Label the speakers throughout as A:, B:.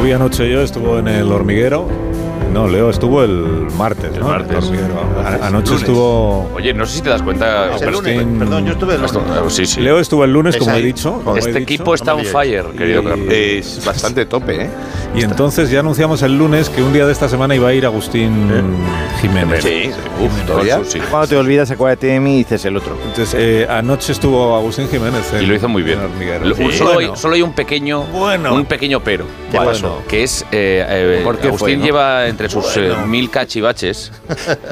A: fui anoche yo, estuvo en el hormiguero. No, Leo, estuvo el martes,
B: El
A: ¿no?
B: martes.
A: hormiguero.
B: El martes,
A: A- anoche
B: lunes.
A: estuvo.
B: Oye, no sé si te das cuenta.
C: Es el
B: Agustín.
C: lunes, perdón, yo estuve el lunes.
B: Ah, Sí, sí.
A: Leo estuvo el lunes,
C: Es
A: como he
C: ahí.
A: dicho. como he
B: este
A: dicho.
B: equipo está
C: no me
B: on
C: digas.
B: fire, querido Carlos.
D: Es bastante tope, ¿eh?
A: Y entonces ya anunciamos el lunes que un día de esta semana iba a ir Agustín Jiménez.
B: Sí, uff,
D: ¿Todavía?
B: todo sí.
C: Cuando te olvidas, acuérdate de mí y dices el otro.
A: Entonces, eh, anoche estuvo Agustín Jiménez. eh.
B: Y
A: en-
B: lo hizo muy bien.
A: en el hormiguero.
B: Lo-
A: Sí.
B: solo,
A: Bueno.
B: hay, solo hay un pequeño,
A: Bueno.
B: un pequeño pero.
C: Ya
B: Bueno.
C: pasó.
B: Que es eh, eh,
C: ¿Por qué
B: Agustín
C: fue, no?
B: lleva entre sus eh, mil cachivaches,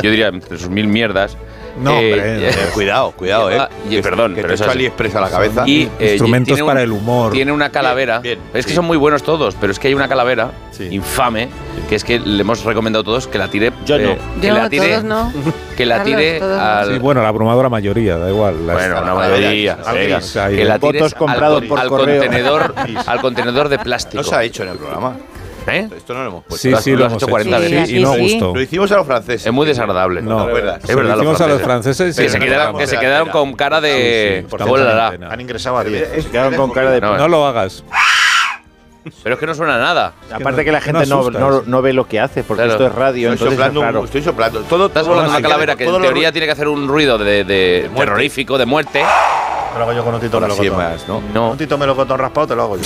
B: yo diría entre sus mil mierdas.
A: No, hombre, no.
D: Cuidado, cuidado, ¿eh?
B: Ah, y- perdón,
D: que
B: pero
D: te
B: es
D: echo
B: así.
D: AliExpress a la cabeza.
B: Y, eh,
A: Instrumentos
B: tiene un-
A: para el humor.
B: Tiene una calavera.
D: Bien, bien,
B: es que
D: sí. Ah,
B: son muy buenos todos, pero es que hay una calavera
C: Sí.
B: infame que es que le hemos recomendado a todos que la tire. Yo no. Que
E: Yo,
B: la tire,
E: todos no.
B: Que la
E: Carlos,
B: tire
E: todos no.
B: al.
A: Sí, bueno, la abrumadora mayoría, da igual. La-
B: Bueno, una
D: calavera
B: mayoría.
D: gris, al
B: venga,
A: gris, ahí.
B: Que la
C: Votos
B: tires al
C: comprados
B: con-
C: por
B: al
C: correo.
B: contenedor, al contenedor de plástico.
D: No se ha hecho en el programa.
B: ¿Eh?
D: Esto no lo hemos puesto.
A: Sí,
B: Lo has-
A: sí,
B: lo
A: lo,
B: has
A: hemos
B: hecho 40
A: hecho.
E: veces.
A: Sí, y no
E: Sí, sí.
A: gustó.
D: Lo hicimos a los franceses.
B: Es muy desagradable.
A: No.
D: ¿Te acuerdas?
A: Se lo
B: verdad, los
A: hicimos a los
B: franceses.
A: franceses.
B: Que
A: y
B: se,
D: Sí,
A: no
B: quedaron,
A: lo
B: que se
D: espera,
B: quedaron
D: espera.
B: con cara de.
A: Sí, sí,
B: Oh, la, la.
A: estamos
C: Han
A: en
C: ingresado a 10. Se quedaron con cara de...
B: No, eh.
A: antena. No lo hagas.
B: Pero es que no suena nada.
A: que no-
C: Aparte que la
A: que no
C: gente no,
A: asustas.
C: no- no ve lo que hace, porque
B: Claro.
C: esto es radio,
D: Estoy
C: entonces es
D: soplando, un-
C: raro.
D: estoy soplando. Todo,
B: Estás
D: todo
B: volando
D: lo-
B: una calavera que en
D: todo lo-
B: teoría tiene que hacer un ruido de, de
D: muerte.
B: terrorífico, de muerte.
C: Te lo hago yo con un tito
D: Ahora sí es más, ¿no?
B: No.
C: tito melocotón raspado te lo hago yo.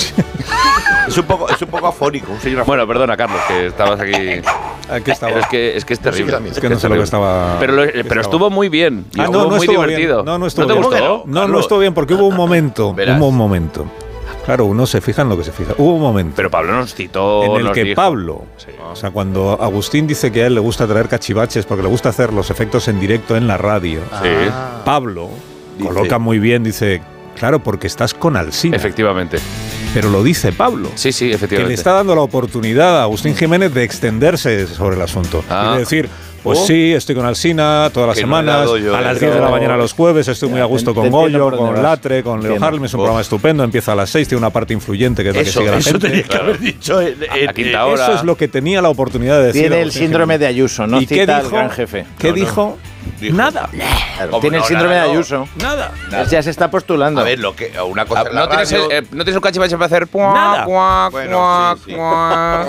D: Es un poco, es un poco afónico, un señor
B: Bueno, perdona, Carlos, que estabas aquí.
A: Aquí estaba.
B: Pero es que es, que es terrible.
C: también.
A: Es que no sé lo que
B: terrible.
A: estaba.
B: Pero, lo-
A: que
B: pero
A: estaba.
B: estuvo muy bien. Y
A: Ah,
B: estuvo muy
A: estuvo bien.
B: divertido.
A: No, no estuvo
B: te
A: bien.
B: gustó?
A: No, no estuvo bien porque hubo un momento.
B: Verás.
A: Hubo un momento. Claro, uno se fija en lo que se fija. Hubo un momento
B: Pero Pablo nos citó.
A: en el
B: nos
A: que
B: dijo.
A: Pablo,
B: Sí.
A: o sea, cuando Agustín dice que a él le gusta traer cachivaches porque le gusta hacer los efectos en directo en la radio,
D: Ah.
B: Sí.
A: Pablo
D: Dice-
A: coloca muy bien, dice, claro, porque estás con Alsina.
B: Efectivamente.
A: Pero lo dice Pablo.
B: Sí, sí,
A: que le
B: efectivamente.
A: está dando la oportunidad a Agustín Jiménez de extenderse sobre el asunto.
B: Ah.
A: Y de decir, pues
D: Oh.
A: sí, estoy con Alsina todas las
D: Que no he
A: semanas,
D: dado yo,
A: a las
D: pero-
A: 10 de la mañana los jueves, estoy muy a gusto
C: te
A: con
C: entiendo
A: Goyo,
C: por dónde
A: con
C: vas.
A: Latre, con Leo
C: Entiendo.
A: Harlem, es un programa estupendo, empieza a las 6, tiene una parte influyente que es la que
D: Eso,
A: sigue la
F: Eso
A: gente.
F: tenías que haber dicho. en- en-
D: eh,
B: A quinta hora.
A: Eh, Eso es lo que tenía la oportunidad de decir.
C: Tiene el
A: Agustín
C: síndrome de
A: Jiménez.
C: Ayuso, no
A: ¿Y qué
C: cita al
A: dijo?
C: gran jefe.
A: ¿Qué
C: No, no.
A: dijo?
D: Dijo-
A: Nada.
D: Claro.
C: Tiene el
B: no,
C: síndrome de
B: nada, no.
C: Ayuso.
A: Nada.
C: Él ya se está postulando.
D: A ver, lo que, una cosa
B: Ah,
D: es la
B: ¿No tienes,
D: radio-
B: el, eh, no tienes un cachivache para hacer. cuá,
A: Nada.
B: cuá,
D: Bueno,
B: cuá,
D: sí, sí.
B: cuá?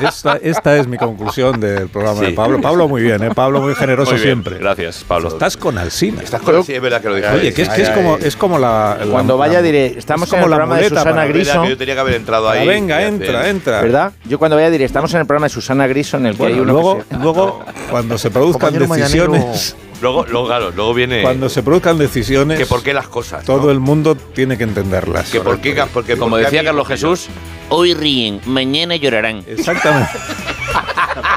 A: Esta, esta es mi conclusión del programa de
D: Sí.
A: Pablo. Pablo muy bien, ¿eh? Pablo muy generoso
B: Muy bien,
A: siempre.
B: Gracias, Pablo.
A: Estás con Alsina.
D: Estás con sí, es verdad que lo dije.
A: Oye, que es, que es como, es como la, la-
C: Cuando vaya
A: la-
C: diré, estamos
A: es como
C: en el
A: la
C: programa de
A: muleta
C: Susana
A: para-
C: Gris. Griso.
D: que yo tenía que haber entrado
A: Ah,
D: ahí.
A: venga,
D: Fíjate.
A: entra, entra.
C: ¿Verdad? Yo cuando vaya diré, estamos en el programa de Susana Griso, en el que
A: Bueno,
C: hay uno
A: luego,
C: que se-
A: luego, cuando se produzcan
C: Compañero
A: decisiones,
D: Luego, luego, claro, luego viene
A: cuando se produzcan decisiones,
D: que por qué las cosas.
A: todo
D: ¿no?
A: el mundo tiene que entenderlas.
D: que por qué, porque
B: Como decía Carlos Jesús, hoy ríen, mañana llorarán.
A: Exactamente.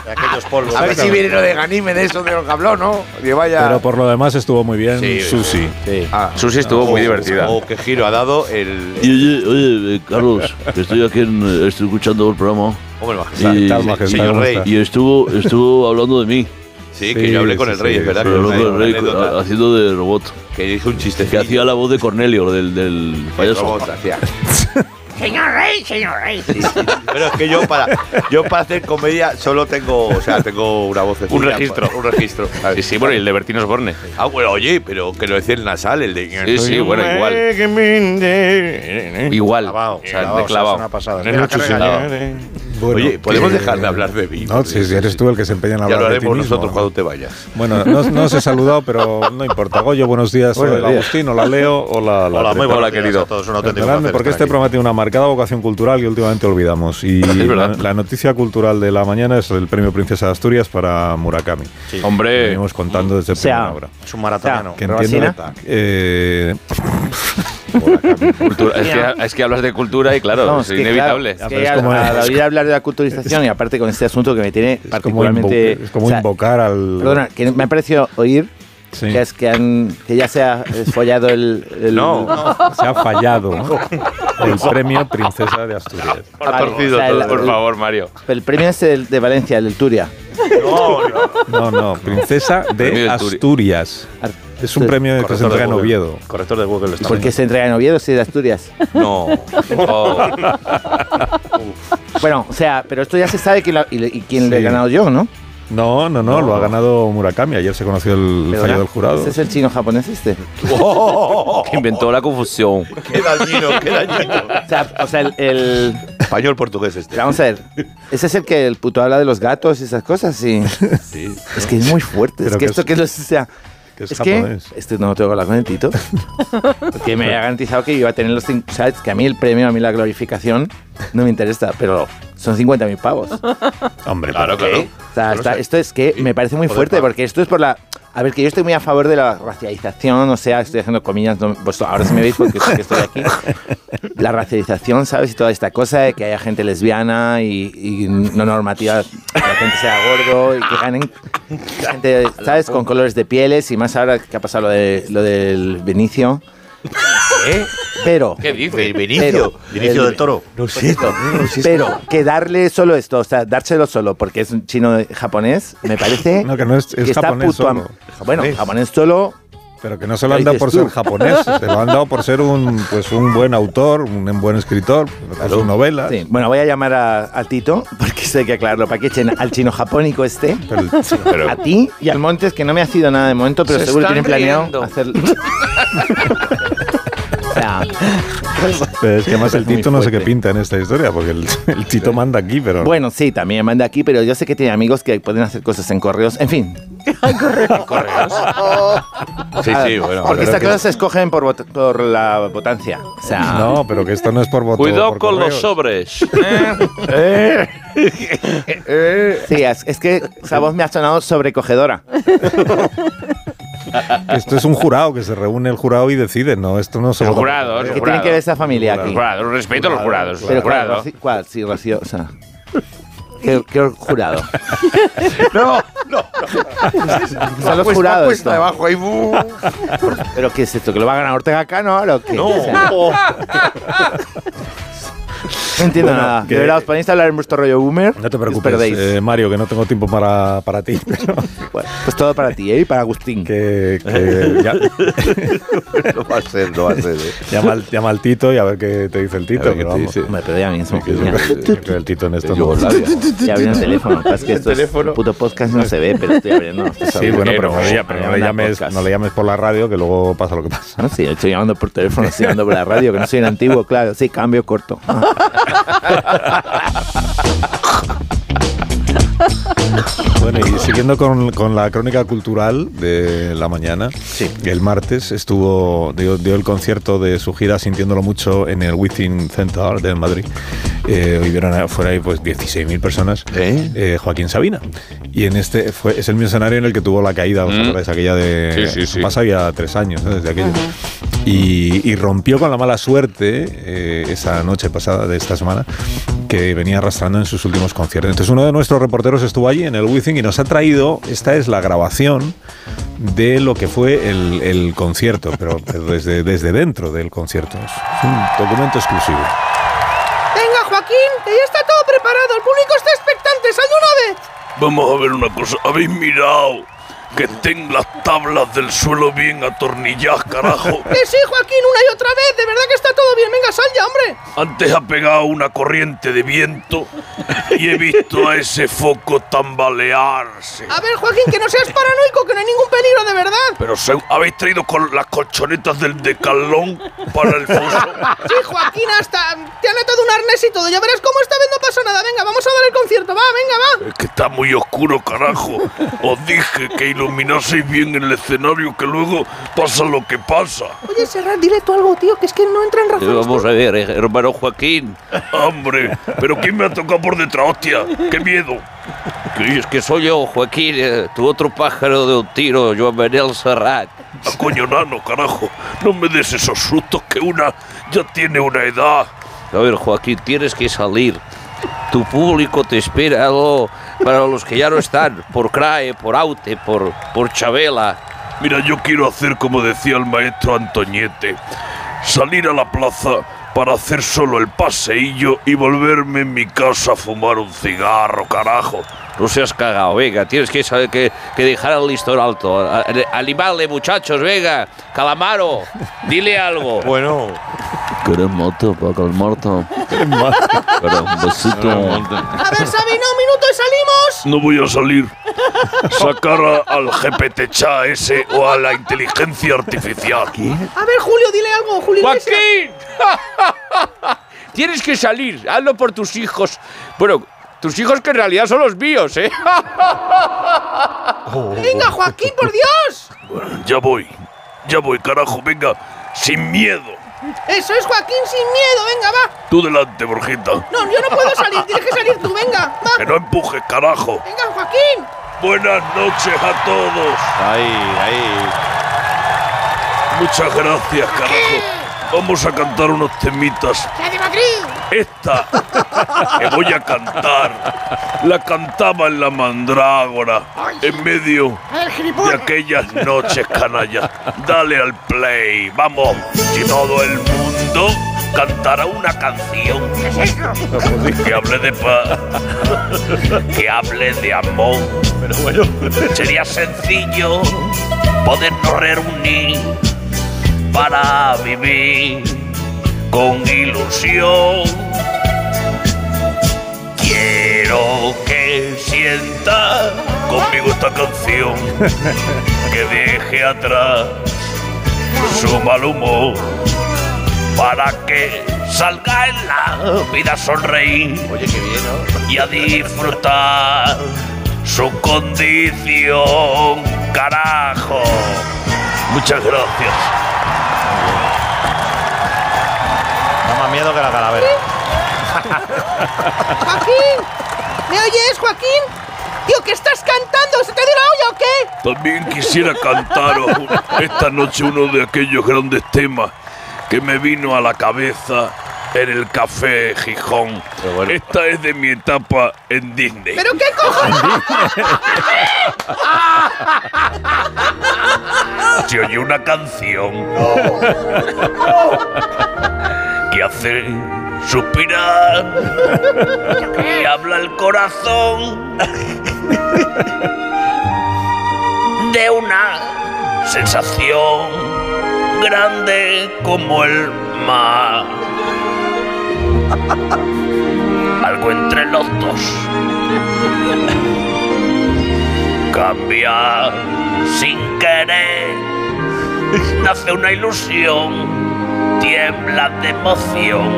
C: aquellos polvos.
D: A ver si viene lo de Ganímedes, eso de los que habló, ¿no? Que vaya.
A: Pero por lo demás estuvo muy bien
B: Sí,
A: Susi.
C: Sí.
D: Ah,
B: Susi estuvo muy divertida.
D: Oh, qué giro ha dado el.
G: Y oye, oye, eh, Carlos, que estoy aquí en, eh, estoy escuchando el programa
D: Hombre, majestad.
G: Y-
A: tal, majestad,
D: Señor
A: ¿cómo
D: rey.
A: está?
G: y estuvo, estuvo hablando de mí,
D: Sí,
A: Sí,
D: que yo hablé con
A: sí,
D: el rey,
A: sí,
D: es verdad.
A: sí,
D: que
G: pero
D: me
G: luego
D: dijo
G: el
D: una
G: rey ha-
D: anécdota
G: haciendo de robot,
D: Que dije un chiste.
G: que hacía la voz de Cornelio, del, del payaso.
E: Señor Rey, señor Rey.
D: Pero es que yo para, yo para hacer comedia solo tengo, o sea, tengo una voz.
B: Un registro.
D: Un registro.
B: Sí, sí, bueno, y el de Bertino Osborne.
D: Ah, bueno, oye, pero que lo decía el nasal, el de.
B: Sí, sí, bueno, igual. Igual.
C: Clavado,
B: o sea,
C: clavado,
B: de clavado.
C: es una pasada.
B: Era
C: Mucho
B: cargado.
A: eh. Bueno, eh,
D: Oye, ¿podemos
A: que-
D: dejar de hablar de mí?
A: No, si si eres tú el que se empeña en
D: Ya
A: hablar
D: lo
A: de ti
D: haremos
A: mismo,
D: nosotros
A: ¿no?
D: cuando te vayas.
A: Bueno, no, no os he saludado, pero no importa. Goyo, buenos días.
C: Buenos
A: Hola,
C: días.
A: Agustín, hola Leo, hola la
C: Hola, muy
A: Treta.
C: buenos
B: Hola,
C: días
B: querido.
C: a todos, un auténtico
A: Perdonadme,
C: placer
A: porque este
C: estar aquí.
A: programa tiene una marcada vocación cultural que últimamente olvidamos. Y la,
B: verdad.
A: la noticia cultural de la mañana es el premio Princesa de Asturias para Murakami.
C: Sí.
B: Hombre.
A: Venimos contando desde
C: sea,
A: primera hora.
C: Es un maratoniano.
A: Que entiendo,
C: ¿Rabasina?
A: eh,
B: Cultura- es, que, es que hablas de cultura y claro,
C: No,
B: es,
C: que,
B: inevitable.
C: claro, es
A: Ah, pero
C: que
A: es
C: al-
A: como-
C: al oír hablar de la culturización y aparte con este asunto que me tiene
A: es como,
C: particularmente.
A: invo- es como
C: o sea,
A: invocar al.
C: Perdona, que me ha parecido oír
A: Sí,
C: que, es que, han, que ya se ha follado el. el-
D: No,
A: se ha fallado el premio Princesa de Asturias.
B: Ha torcido
C: O sea,
B: todo.
C: el-
B: Por favor, Mario.
C: El premio es el de Valencia, el del Turia.
A: No, no, Princesa
B: Premio
A: de
B: de Asturi-
A: Asturias.
C: Ar-
A: Es un premio que se entrega en Oviedo.
F: Corrector de Google.
C: ¿Y
F: está
C: por qué se entrega en Oviedo si es de Asturias?
D: no.
B: Oh,
C: Bueno, o sea, pero esto ya se sabe que la- y, le- y quién le he
A: Sí.
C: ganado yo, ¿no?
A: No, no, no,
D: No.
A: lo ha ganado Murakami. Ayer se conoció el
C: Perdona,
A: fallo del jurado.
C: ¿Ese es el chino japonés este?
B: Que inventó la confusión.
D: Qué dañino, qué dañino.
C: O sea, o sea, el, el-
D: Español portugués este.
C: Vamos a ver. ¿Ese es el que el puto habla de los gatos y esas cosas? Sí. Es que es muy fuerte.
A: Pero
C: es que,
A: que
C: esto
A: es-
C: que los. O sea,
A: que es
C: es, que.
A: japonés.
C: Este no tengo que hablar con el Tito. Porque me ha garantizado que yo iba a tener los. cin- O sea, es que a mí el premio, a mí la glorificación no me interesa, pero son 50 mil pavos. O
A: Hombre,
D: Claro,
A: pero-
D: claro.
C: sea, está- esto es que me parece muy fuerte porque esto es por la. A ver, que yo estoy muy a favor de la racialización, o sea, estoy haciendo comillas, no- pues ahora sí me veis porque sé que estoy aquí. La racialización, ¿sabes? Y toda esta cosa de que haya gente lesbiana y, y no normativa, que la gente sea gordo y que ganen gente, ¿sabes? Con colores de pieles y más ahora que ha pasado lo, de, lo del Benicio. Pero,
B: ¿Eh? ¿Qué dice?
D: Vinicio,
C: Pero-
D: Vinicio
C: el-
D: del Toro.
C: Pues
A: Pues
C: pero que darle solo esto, o sea, dárselo solo porque es un chino japonés, me parece
A: No, que no es- es japonés solo.
C: am- Bueno, japonés solo,
A: Pero que no se lo
C: ¿Qué
A: han dado
C: dices
A: por
C: tú?
A: ser japonés, se lo han dado por ser un, pues, un buen autor, un buen escritor, con sus novelas.
C: Sí, Bueno, voy a llamar a, a Tito, porque sé que aclararlo, para que echen al chino japónico este,
A: Pero el-
C: a ti y al Montes, que no me ha sido nada de momento, pero
B: Se
C: seguro tienen
B: están
C: planeado
B: riendo.
C: hacer... O sea,
A: pero Pues, es que además el
C: Es muy
A: Tito no sé qué
C: fuerte.
A: pinta en esta historia, porque el, el Tito manda aquí, pero
C: bueno, sí, también manda aquí, pero yo sé que tiene amigos que pueden hacer cosas en correos. En fin,
D: Sí,
B: ah,
C: a-
D: sí, bueno.
C: porque
A: pero
C: estas
A: que-
C: cosas se escogen por, vot- por la votancia. O sea,
A: no, pero que esto no es por voto.
B: Cuidado
A: por
B: con los
A: correo.
B: sobres.
D: Eh.
C: sí, es, es que esa voz me ha sonado sobrecogedora.
A: Esto es un jurado que se reúne el jurado y decide, no, esto no se
B: El
A: vota por
B: jurado,
A: correo.
B: el
C: ¿Qué tiene
B: jurado.
C: que ver esta familia
B: Los
C: aquí?
B: jurados, respeto a los jurados.
C: Pero ¿cuál,
B: Jurado.
C: Rocío? ¿Cuál? Sí, Rocío, o sea... ¿Qué, qué jurado?
D: No, no.
C: Son los
D: Pues está
C: jurados.
D: puesta
C: esto.
D: debajo ahí. bu.
C: ¿Pero qué es esto? ¿Que lo va a ganar Ortega Cano ahora o qué?
D: No.
C: O sea, no entiendo nada.
A: que-
C: De verdad, os ponéis a hablar en vuestro rollo boomer.
A: No te
C: y os
A: preocupes,
C: perdéis.
A: eh, Mario, que no tengo tiempo para, para ti, pero
C: Bueno, pues todo para ti, ¿eh? Y para Agustín.
A: que, que ya-
D: No va a ser, no va a ser. eh.
A: llama, al, llama al Tito y a ver qué te dice el Tito.
G: A ver qué
A: pero
G: te
A: vamos.
G: dice.
C: Hombre, pero ya mismo.
A: Que yo
C: Ya,
A: creo- yo creo el Tito en
G: De
A: esto. no.
G: Yugoslavia.
C: ya abrí el teléfono. Es que esto es
D: teléfono.
C: un puto podcast no se ve, pero estoy abriendo.
A: Sí, bueno, pero,
B: Pero,
A: no, pero no le
C: una
A: llames,
C: podcast.
A: no le llames por la radio, que luego pasa lo que pasa.
C: Ah, sí, estoy llamando por teléfono, estoy llamando por la radio, que no soy el antiguo, claro. Sí, cambio corto.
A: Bueno, y siguiendo con, con la crónica cultural de la mañana, el martes estuvo, dio, dio el concierto de su gira sintiéndolo mucho en el Within Center de Madrid. Eh, vivieron afuera ahí pues 16.000 personas.
D: ¿Eh?
A: Eh, Joaquín Sabina. Y en este fue, es el millonario en el que tuvo la caída, ¿os
B: Mm.
A: acordáis? Aquella de.
B: Sí, sí, sí.
A: Pasa ya tres años ¿no? desde aquello. Y, y rompió con la mala suerte eh, esa noche pasada de esta semana que venía arrastrando en sus últimos conciertos. Entonces uno de nuestros reporteros estuvo allí en el Wizzing y nos ha traído, esta es la grabación de lo que fue el, el concierto, pero desde, desde dentro del concierto. Es un documento exclusivo.
F: Venga, Joaquín, que ya está todo preparado. El público está expectante. ¡Sal de una vez!
H: Vamos a ver una cosa. ¿Habéis mirado que estén las tablas del suelo bien atornilladas, carajo?
F: Que sí, Joaquín, una y otra vez. De verdad que está todo bien. Venga, sal ya, hombre.
H: Antes ha pegado una corriente de viento y he visto a ese foco tambalearse.
F: A ver, Joaquín, que no seas paranoico, que no hay ningún peligro, de verdad.
H: Pero se- habéis traído con las colchonetas del decalón para el foso.
F: Sí, Joaquín, hasta te han atado un arnés y todo. Ya verás cómo esta vez no pasa nada. Venga, vamos a dar el concierto. Va, venga, va.
H: Es que está muy oscuro, carajo. Os dije que iluminaseis bien el escenario, que luego pasa lo que pasa.
F: Oye, Serrat, dile tú algo, tío, que es que no entra en razón.
B: Vamos a ver, eh, hermano Joaquín.
H: Hombre, pero ¿quién me ha tocado por detrás? Hostia, qué miedo.
B: Que es que soy yo, Joaquín, eh, tu otro pájaro de un tiro, Joan Manuel Serrat.
H: A Ah, coño nano, carajo. No me des esos sustos que una ya tiene una edad.
B: A ver, Joaquín, tienes que salir. Tu público te espera algo para los que ya no están, por CRAE, por AUTE, por, por Chabela.
H: Mira, yo quiero hacer como decía el maestro Antoñete. Salir a la plaza para hacer solo el paseillo y volverme en mi casa a fumar un cigarro, carajo.
B: No seas cagado, venga, tienes que saber que, que dejar el listón alto. A- a- Animadle, muchachos, venga. Calamaro, dile algo.
D: Bueno,
G: ¿Quieres moto pues, para calmarte? Pero un besito.
F: A ver, Sabina, un minuto y salimos.
H: No voy a salir. Sacar a- al GPT cha ese o a la inteligencia artificial.
F: A ver, Julio, dile algo, Julio. Iglesias.
B: ¡Joaquín! Tienes que salir, hazlo por tus hijos. Bueno, tus hijos que en realidad son los míos, ¿eh?
F: Venga, Joaquín, por Dios.
H: Ya voy, ya voy, carajo, venga, sin miedo.
F: Eso es, Joaquín, sin miedo. Venga, va.
H: Tú delante, Borjita.
F: No, yo no puedo salir. Tienes que salir tú. Venga,
H: Que
F: va.
H: no empujes, carajo.
F: Venga, Joaquín.
H: Buenas noches a todos.
D: Ahí, ahí.
H: Muchas gracias, carajo. Vamos a cantar unos temitas.
E: ¡La de Madrid!
H: Esta que voy a cantar la cantaba en la mandrágora en medio
E: ¡La del
H: de
E: gilipollas!
H: aquellas noches canallas. Dale al play, vamos. Si todo el mundo cantará una canción
E: ¿Qué es eso?
H: que hable de paz, que hable de amor. Sería sencillo podernos reunir para vivir con ilusión. Quiero que sienta conmigo esta canción, que deje atrás su mal humor, para que salga en la vida a sonreír
D: Oye, qué bien, ¿no?
H: y a disfrutar su condición, carajo. Muchas gracias.
D: Da más miedo que la calavera.
F: Joaquín. ¿Me oyes, Joaquín? Tío, ¿qué estás cantando? ¿Se te dio la olla o qué?
H: También quisiera cantaros esta noche uno de aquellos grandes temas que me vino a la cabeza en el café Gijón. Esta es de mi etapa en Disney.
F: ¿Pero qué cojones? ¡Ah!
H: Se oye una canción que hace suspirar y habla el corazón de una sensación grande como el mar. Algo entre los dos. Cambia sin querer. Nace una ilusión, tiembla de emoción.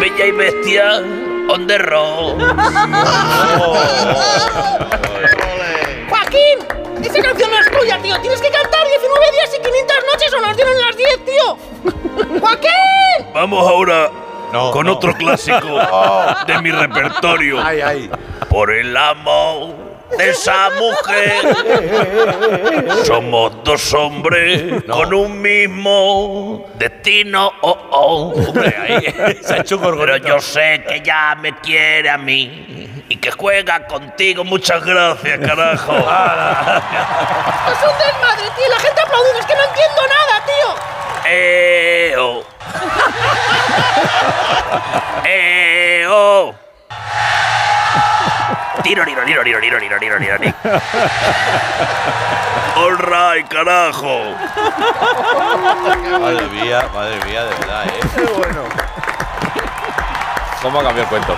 H: Bella y bestia on the road.
F: Joaquín, esa canción no es tuya, tío. Tienes que cantar 19 días y 500 noches o nos dieron las 10, tío. ¡Joaquín!
H: Vamos ahora
D: No,
H: con
D: no.
H: otro clásico de mi repertorio.
D: Ay, ay.
H: Por el amor de esa mujer. Somos dos hombres con un mismo destino. Oh, oh. Hombre, ahí.
D: Se ha hecho un gorgonito.
H: Pero yo sé que ya me quiere a mí y que juega contigo. Muchas gracias, carajo.
F: Esto es un desmadre, tío. La gente aplaudiendo. Es que no entiendo nada, tío.
H: Eh, oh. Eh, oh. Tiro, tiro, tiro, tiro, tiro, tiro, tiro, tiro, tiro. All right, carajo.
D: Madre mía, madre mía, de verdad, ¿eh? Qué bueno. ¿Cómo ha cambiado el cuento?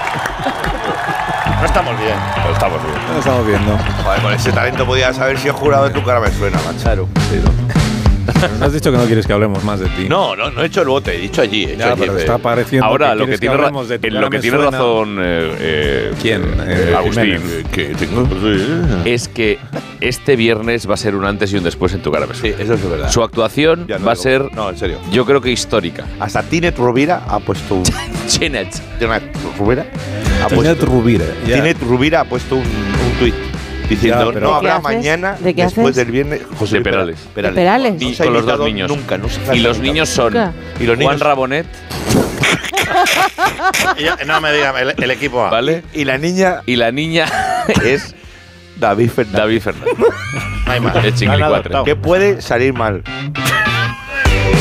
D: No estamos bien. No estamos bien.
A: No estamos viendo.
D: Joder, con ese talento podías haber sido jurado en tu cara me suena, macharo.
A: Pero no has dicho que no quieres que hablemos más de ti.
D: No, no, no he hecho el bote, he dicho allí. eh. He
A: Ya, pero está pareciendo
G: Ahora,
A: que
G: lo que
A: quieres
G: tiene, ra-
A: hablemos de tu
G: en
A: cara
G: lo que
A: me
G: tiene
A: suena.
G: razón eh, eh,
A: ¿Quién?
G: eh,
A: Eh,
G: Agustín,
A: Jiménez.
G: que tengo.
I: pues,
G: es que este viernes va a ser un antes y un después en tu cara. me
D: Sí,
G: suena.
D: eso es verdad.
G: Su actuación
D: Ya, no
G: va a
D: digo-
G: ser,
D: No, en serio.
G: yo creo que histórica.
D: Hasta Tinet Rubira ha puesto un.
G: Chenet.
D: Tinet Rubira ha
A: Tinet
D: puesto,
A: Rubira. eh, ya.
D: Tinet Rubira ha puesto un, un tuit diciendo:
A: Ya, pero-
D: No
J: ¿De qué
D: habrá
J: haces?
D: mañana
J: ¿De qué
D: después
J: haces?
D: del viernes. José
G: De
D: Luis
G: Perales.
J: ¿De Perales?
G: Y
D: se ha
G: con los dos
D: invitado
G: niños.
D: Nunca, no se ha
G: Y los
D: invitado.
G: niños son
J: Nunca.
D: Y los niños-
G: Juan Rabonet,
I: no me digan, el, el equipo A.
G: ¿vale?
D: Y la niña
G: Y la niña
D: es David Fernández.
G: David Fernández.
I: No hay más.
G: El chingalicuatre.
D: ¿Qué puede salir mal?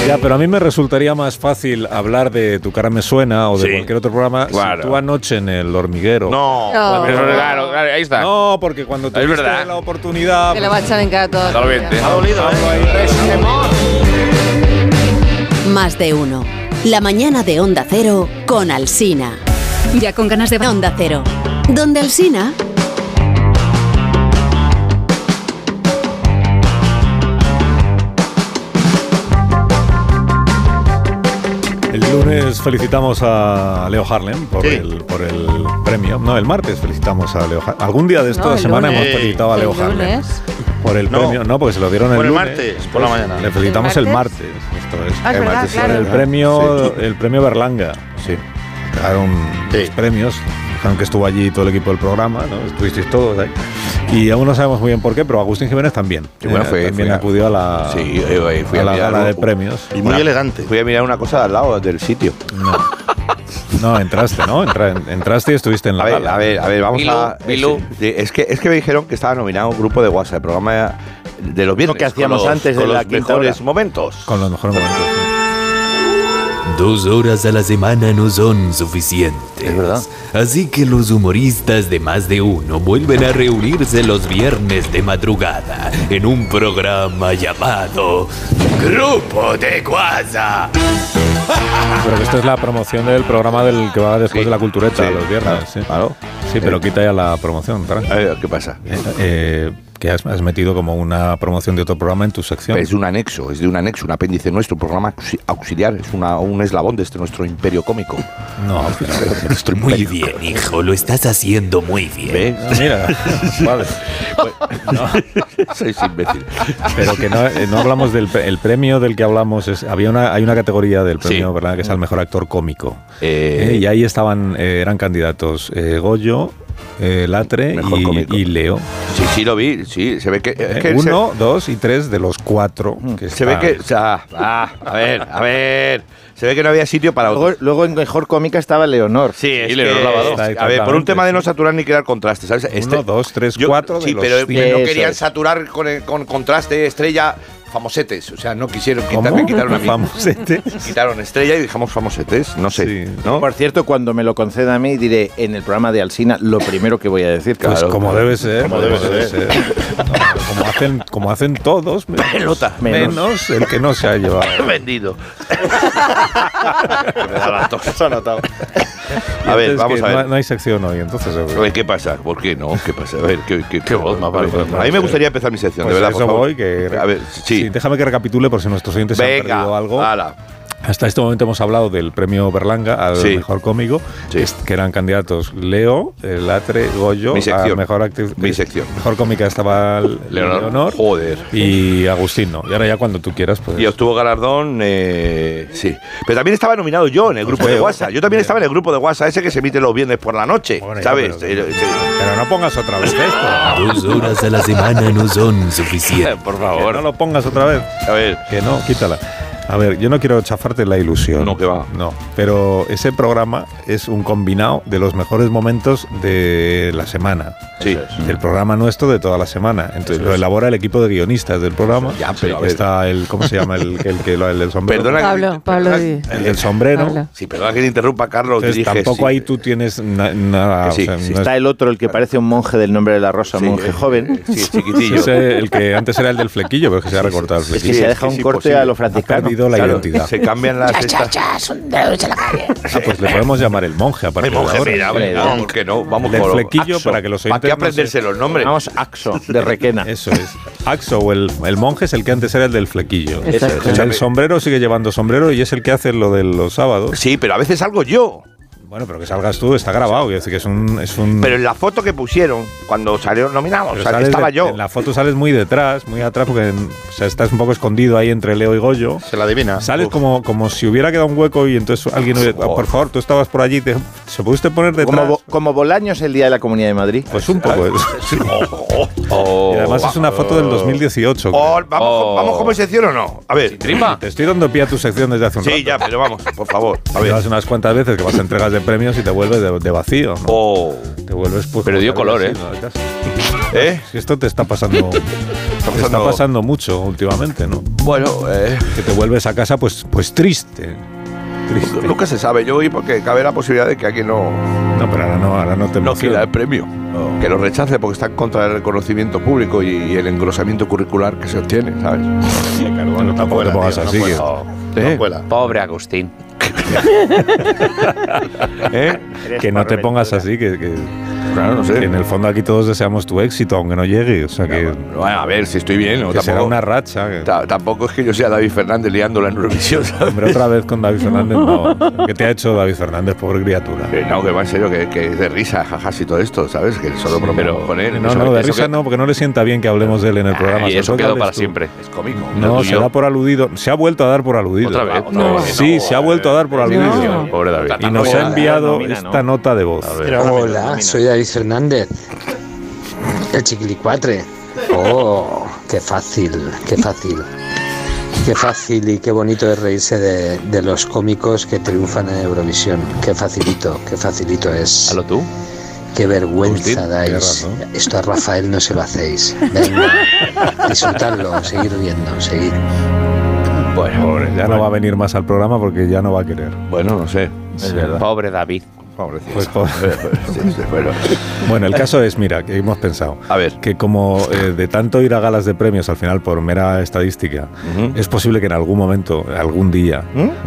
A: Ya, pero a mí me resultaría más fácil hablar de Tu cara me suena o de
G: Sí.
A: cualquier otro programa
G: Claro.
A: si tú anoche en el hormiguero.
D: No.
J: No.
G: Eso, claro, claro, ahí está.
A: No, porque cuando tuviste
G: verdad.
A: la oportunidad.
J: Que lo va a echar en cara todo.
G: Totalmente.
D: Ha dolido,
K: Más de uno. La mañana de Onda Cero con Alsina.
J: Ya con ganas de...
K: Onda Cero. Donde Alsina.
A: El lunes felicitamos a Leo Harlem por,
I: Sí.
A: el, por el premio. No, el martes felicitamos a Leo Harlem. Algún día de esta
I: No, el
A: semana
I: lunes.
A: hemos felicitado a
I: El
A: Leo Harlem.
I: lunes.
A: Por el
I: No.
A: premio, no, porque se lo dieron el
I: Por el
A: lunes.
I: martes, por la mañana.
A: Le felicitamos el
I: ¿El
A: martes.
I: martes?
A: esto es.
I: Ah, es
A: El
I: verdad,
A: martes,
I: claro.
A: por el premio, el premio Berlanga. Sí. Dejaron los premios. Dijeron que estuvo allí todo el equipo del programa, ¿no? Estuvisteis todos ahí. Y aún no sabemos muy bien por qué, pero Agustín Jiménez también. Eh,
D: Sí, bueno, fue-
A: también
D: fue a-
A: acudió a la,
D: Sí, eh, fui
A: a
D: a
A: la
D: mirar
A: gala de
D: un-
A: premios.
D: Y muy elegante. Fui a mirar una cosa al lado del sitio.
A: No, entraste, ¿no? Entra- entraste y estuviste en la
D: A ver,
A: gala.
D: a ver, a ver, vamos
A: Bildu,
D: a.
A: Bildu.
D: Sí, Es, que, es que me dijeron que estaba nominado un grupo de WhatsApp, el programa de los viernes.
C: que hacíamos
D: con los-
C: antes de
D: con
C: la
D: los
C: quinta
D: mejores
C: hora.
D: momentos.
A: Con los mejores momentos.
J: Dos horas a la semana no son suficientes. Así que los humoristas de más de uno vuelven a reunirse los viernes de madrugada en un programa llamado Grupo de Guasa.
A: Pero que esto es la promoción del programa del que va después de la cultureta, los viernes. sí. Sí,
D: Eh.
A: pero quita ya la Eh, promoción, A ver, ¿qué pasa? que has, has metido como una promoción de otro programa en tu sección.
D: Es de un anexo, es de un anexo, un apéndice nuestro, un programa auxi- auxiliar, es una- un eslabón de este nuestro imperio cómico.
A: No, pero,
D: estoy
J: Muy bien, hijo, lo estás haciendo muy bien.
A: Ah, Mira, vale. Pues,
D: Sois imbécil.
A: Pero que no, eh, no hablamos del pre- el premio del que hablamos. Es, había una, hay una categoría del premio, ¿verdad? Que es al mejor actor cómico. Eh, y ahí estaban, eh, eran candidatos eh, Goyo, eh, Latre y, y Leo.
D: Sí, sí, lo vi, sí, se ve que. es
A: Eh,
D: que se- Mm.
A: uno, dos y tres de los cuatro. Que
D: Se ve
A: están.
D: que. o sea, ah, a ver, a ver. Se ve que no había sitio para otro.
C: Luego, luego en Mejor Cómica estaba Leonor.
D: Sí, es
C: Leonor
D: que-
C: Lavado.
D: A ver, por un tema de no saturar ni crear contraste, ¿sabes? Este-
A: Uno, dos, tres,
D: yo-
A: cuatro de
D: Sí,
A: los
D: pero
A: cinco.
D: no
A: Eso
D: querían
A: es.
D: saturar con, el- con contraste estrella famosetes. O sea, no quisieron quitar,
A: ¿Cómo?
D: me quitaron a mí.
A: Famosetes.
D: Quitaron estrella y dejamos famosetes. No sé. ¿no?
C: Por cierto, cuando me lo conceda a mí, diré en el programa de Alsina lo primero que voy a decir.
A: Pues
C: claro.
A: como debe ser.
C: Como debe ser.
A: No, como, hacen, como hacen todos. Menos,
D: Pelota.
A: Menos, el que no se ha llevado.
D: Vendido. Se ha notado. A
A: Y
D: ver,
A: antes
D: vamos
A: que
D: a
A: No,
D: ver.
A: no hay sección hoy, entonces.
D: A ver, ¿qué pasa? ¿Por qué no? ¿Qué pasa? A ver, ¿qué, qué, qué voz más vale?
A: Pues,
D: A mí me gustaría empezar mi sección,
A: pues
D: de verdad,
A: eso
D: por favor.
A: voy, que-
D: A ver, sí.
A: Sí, déjame que recapitule por si nuestros oyentes se han
D: Venga,
A: perdido algo.
D: ala.
A: Hasta este momento hemos hablado del premio Berlanga al
D: Sí.
A: mejor cómico, que es- que eran candidatos Leo, eh, Latre, Goyo,
D: Mi
A: a
D: sección.
A: mejor actriz,
D: Mi sección.
A: mejor cómica estaba el-
D: Leonor. Joder.
A: y Agustín no. Y ahora ya cuando tú quieras, pues.
D: Y obtuvo galardón, eh, sí. Pero también estaba nominado yo en el grupo de
A: veo.
D: WhatsApp. Yo también estaba en el grupo de WhatsApp, ese que se emite los viernes por la noche, ¿sabes? Eh, sí.
A: Pero no pongas otra vez esto.
J: Dos horas a la semana no son suficientes.
D: Por
A: Que no lo pongas otra vez.
D: A ver.
A: Que no, quítala. A ver, yo no quiero chafarte la ilusión. No, que va. No, pero ese programa es un combinado de los mejores momentos de la semana.
D: Sí.
A: Del programa nuestro de toda la semana. Entonces lo elabora el equipo de guionistas del programa. Ya,
D: pero a ver.
A: Está el, ¿cómo se llama? El, el, que lo- el del sombrero.
D: Perdona.
L: Pablo, Pablo. di.
A: El del sombrero.
L: Pablo.
D: Sí, perdona que te interrumpa, Carlos.
A: Entonces,
D: diriges,
A: tampoco
D: sí.
A: ahí tú tienes na- nada. o sea, no es-
C: Está el otro, el que parece un monje del nombre de la rosa, monje joven.
D: Sí, chiquitillo.
A: Ese, el que antes era el del flequillo, pero que se ha recortado el
C: Es que
A: flequillo.
C: se ha dejado un corte a los
A: Ha
C: franciscanos.
A: perdido la
C: Claro,
A: identidad.
D: Se cambian las. estas-
E: son dedos en la calle.
A: Ah, pues le podemos llamar el monje a partir
D: El monje,
A: de ahora.
D: mira, hombre, no, ¿por qué no? Vamos
A: Del
D: con
A: flequillo
D: Axo.
A: para que los
D: ¿Para
A: oyentes.
D: qué
A: no se-
D: aprenderse los nombres?
C: Vamos, Axo, de Requena.
A: Eso es. Axo o el, el monje es el que antes era el del flequillo.
D: Eso es.
A: El del sombrero sigue llevando sombrero y es el que hace lo de los sábados.
D: Sí, pero a veces salgo yo.
A: Bueno, pero que salgas tú, está grabado. Quiero decir que es un. Es un
D: Pero en la foto que pusieron, cuando salieron nominados,
A: pero
D: o sea, que
A: sales
D: estaba
A: de-
D: yo.
A: En la foto sales muy detrás, muy atrás, porque en- o sea, estás un poco escondido ahí entre Leo y Goyo.
I: Se la adivina.
A: Sales como, como si hubiera quedado un hueco y entonces alguien hubiera- por favor, tú estabas por allí, te- ¿se pudiste poner
C: Como,
A: detrás?
C: Bo- como Bolaños el día de la Comunidad de Madrid.
A: Pues un poco. Sí.
D: Oh,
A: y además es una foto del 2018. creo.
D: Oh, ¿Vamos, ¿Vamos como sección o no? A ver.
A: Te estoy dando pie a tu sección desde hace un
D: Sí,
A: rato.
D: ya, pero vamos, por favor. A ver.
A: Llevas unas cuantas veces que vas a entregas de premios y te vuelves de, de vacío. ¿no? Te vuelves pues.
G: Pero
A: como
G: dio
A: te
G: color,
A: habías
G: ¿eh?
A: ido de casa.
D: ¿Eh?
A: Si Esto te está pasando. te está
D: pasando-
A: pasando mucho últimamente, ¿no?
D: Bueno, eh,
A: Que te vuelves a casa pues, pues triste. Triste.
D: nunca se sabe. Yo voy porque cabe la posibilidad de que aquí no.
A: No, pero ahora no, ahora no te Oh.
D: No
A: emociones.
D: quiera el premio. Que lo rechace porque está en contra del reconocimiento público y, y el engrosamiento curricular que se obtiene, ¿sabes?
A: Bueno, tampoco te pongas así. que-
I: No cuela.
G: Pobre Agustín.
A: ¿Eh? Que no te pongas así, que, que- que En el fondo aquí todos deseamos tu éxito, aunque no llegue. O sea que.
D: Bueno, a ver, si estoy bien. o
A: Que será una racha.
D: Tampoco es que yo sea David Fernández liándola en Eurovisión. ¿sabes?
A: Hombre, otra vez con David Fernández, no. ¿Qué te ha hecho David Fernández, pobre criatura?
D: Que Eh, no, que va en serio, que, que es de risa, jajas y todo esto, ¿sabes? Que solo bromeamos con él.
A: No,
D: Eso-
A: no, de
D: eso
A: risa
D: que-
A: no, porque no le sienta bien que hablemos de él en el programa.
G: Y
A: Sobre
G: eso
A: todo que
G: quedó
A: hables
G: para
A: tú.
G: siempre.
D: Es cómico.
A: No, se da por aludido. Se ha vuelto a dar por aludido.
G: Otra vez.
A: No.
G: No.
A: Sí, se ha vuelto a dar por aludido.
G: Pobre David.
A: Y nos ha enviado esta nota de voz.
L: Hola, soy David Fernández, el chiquilicuatre. Oh, qué fácil, qué fácil. Qué fácil y qué bonito es reírse de, de los cómicos que triunfan en Eurovisión. Qué facilito, qué facilito es. ¿Halo
G: tú?
L: Qué vergüenza
D: Agustín,
L: dais.
D: qué razón.
L: Esto a Rafael no se lo hacéis. Venga, disfrutadlo, seguir riendo, seguir.
A: Bueno, pobre, ya no va a venir más al programa porque ya no va a querer.
D: Bueno, no sé.
A: Es verdad.
G: Pobre David.
D: Pobrecito.
A: Pues pobre.
D: Sí, sí, bueno.
A: Bueno, el caso es, mira, que hemos pensado que como eh, de tanto ir a galas de premios al final por mera estadística, es posible que en algún momento, algún día,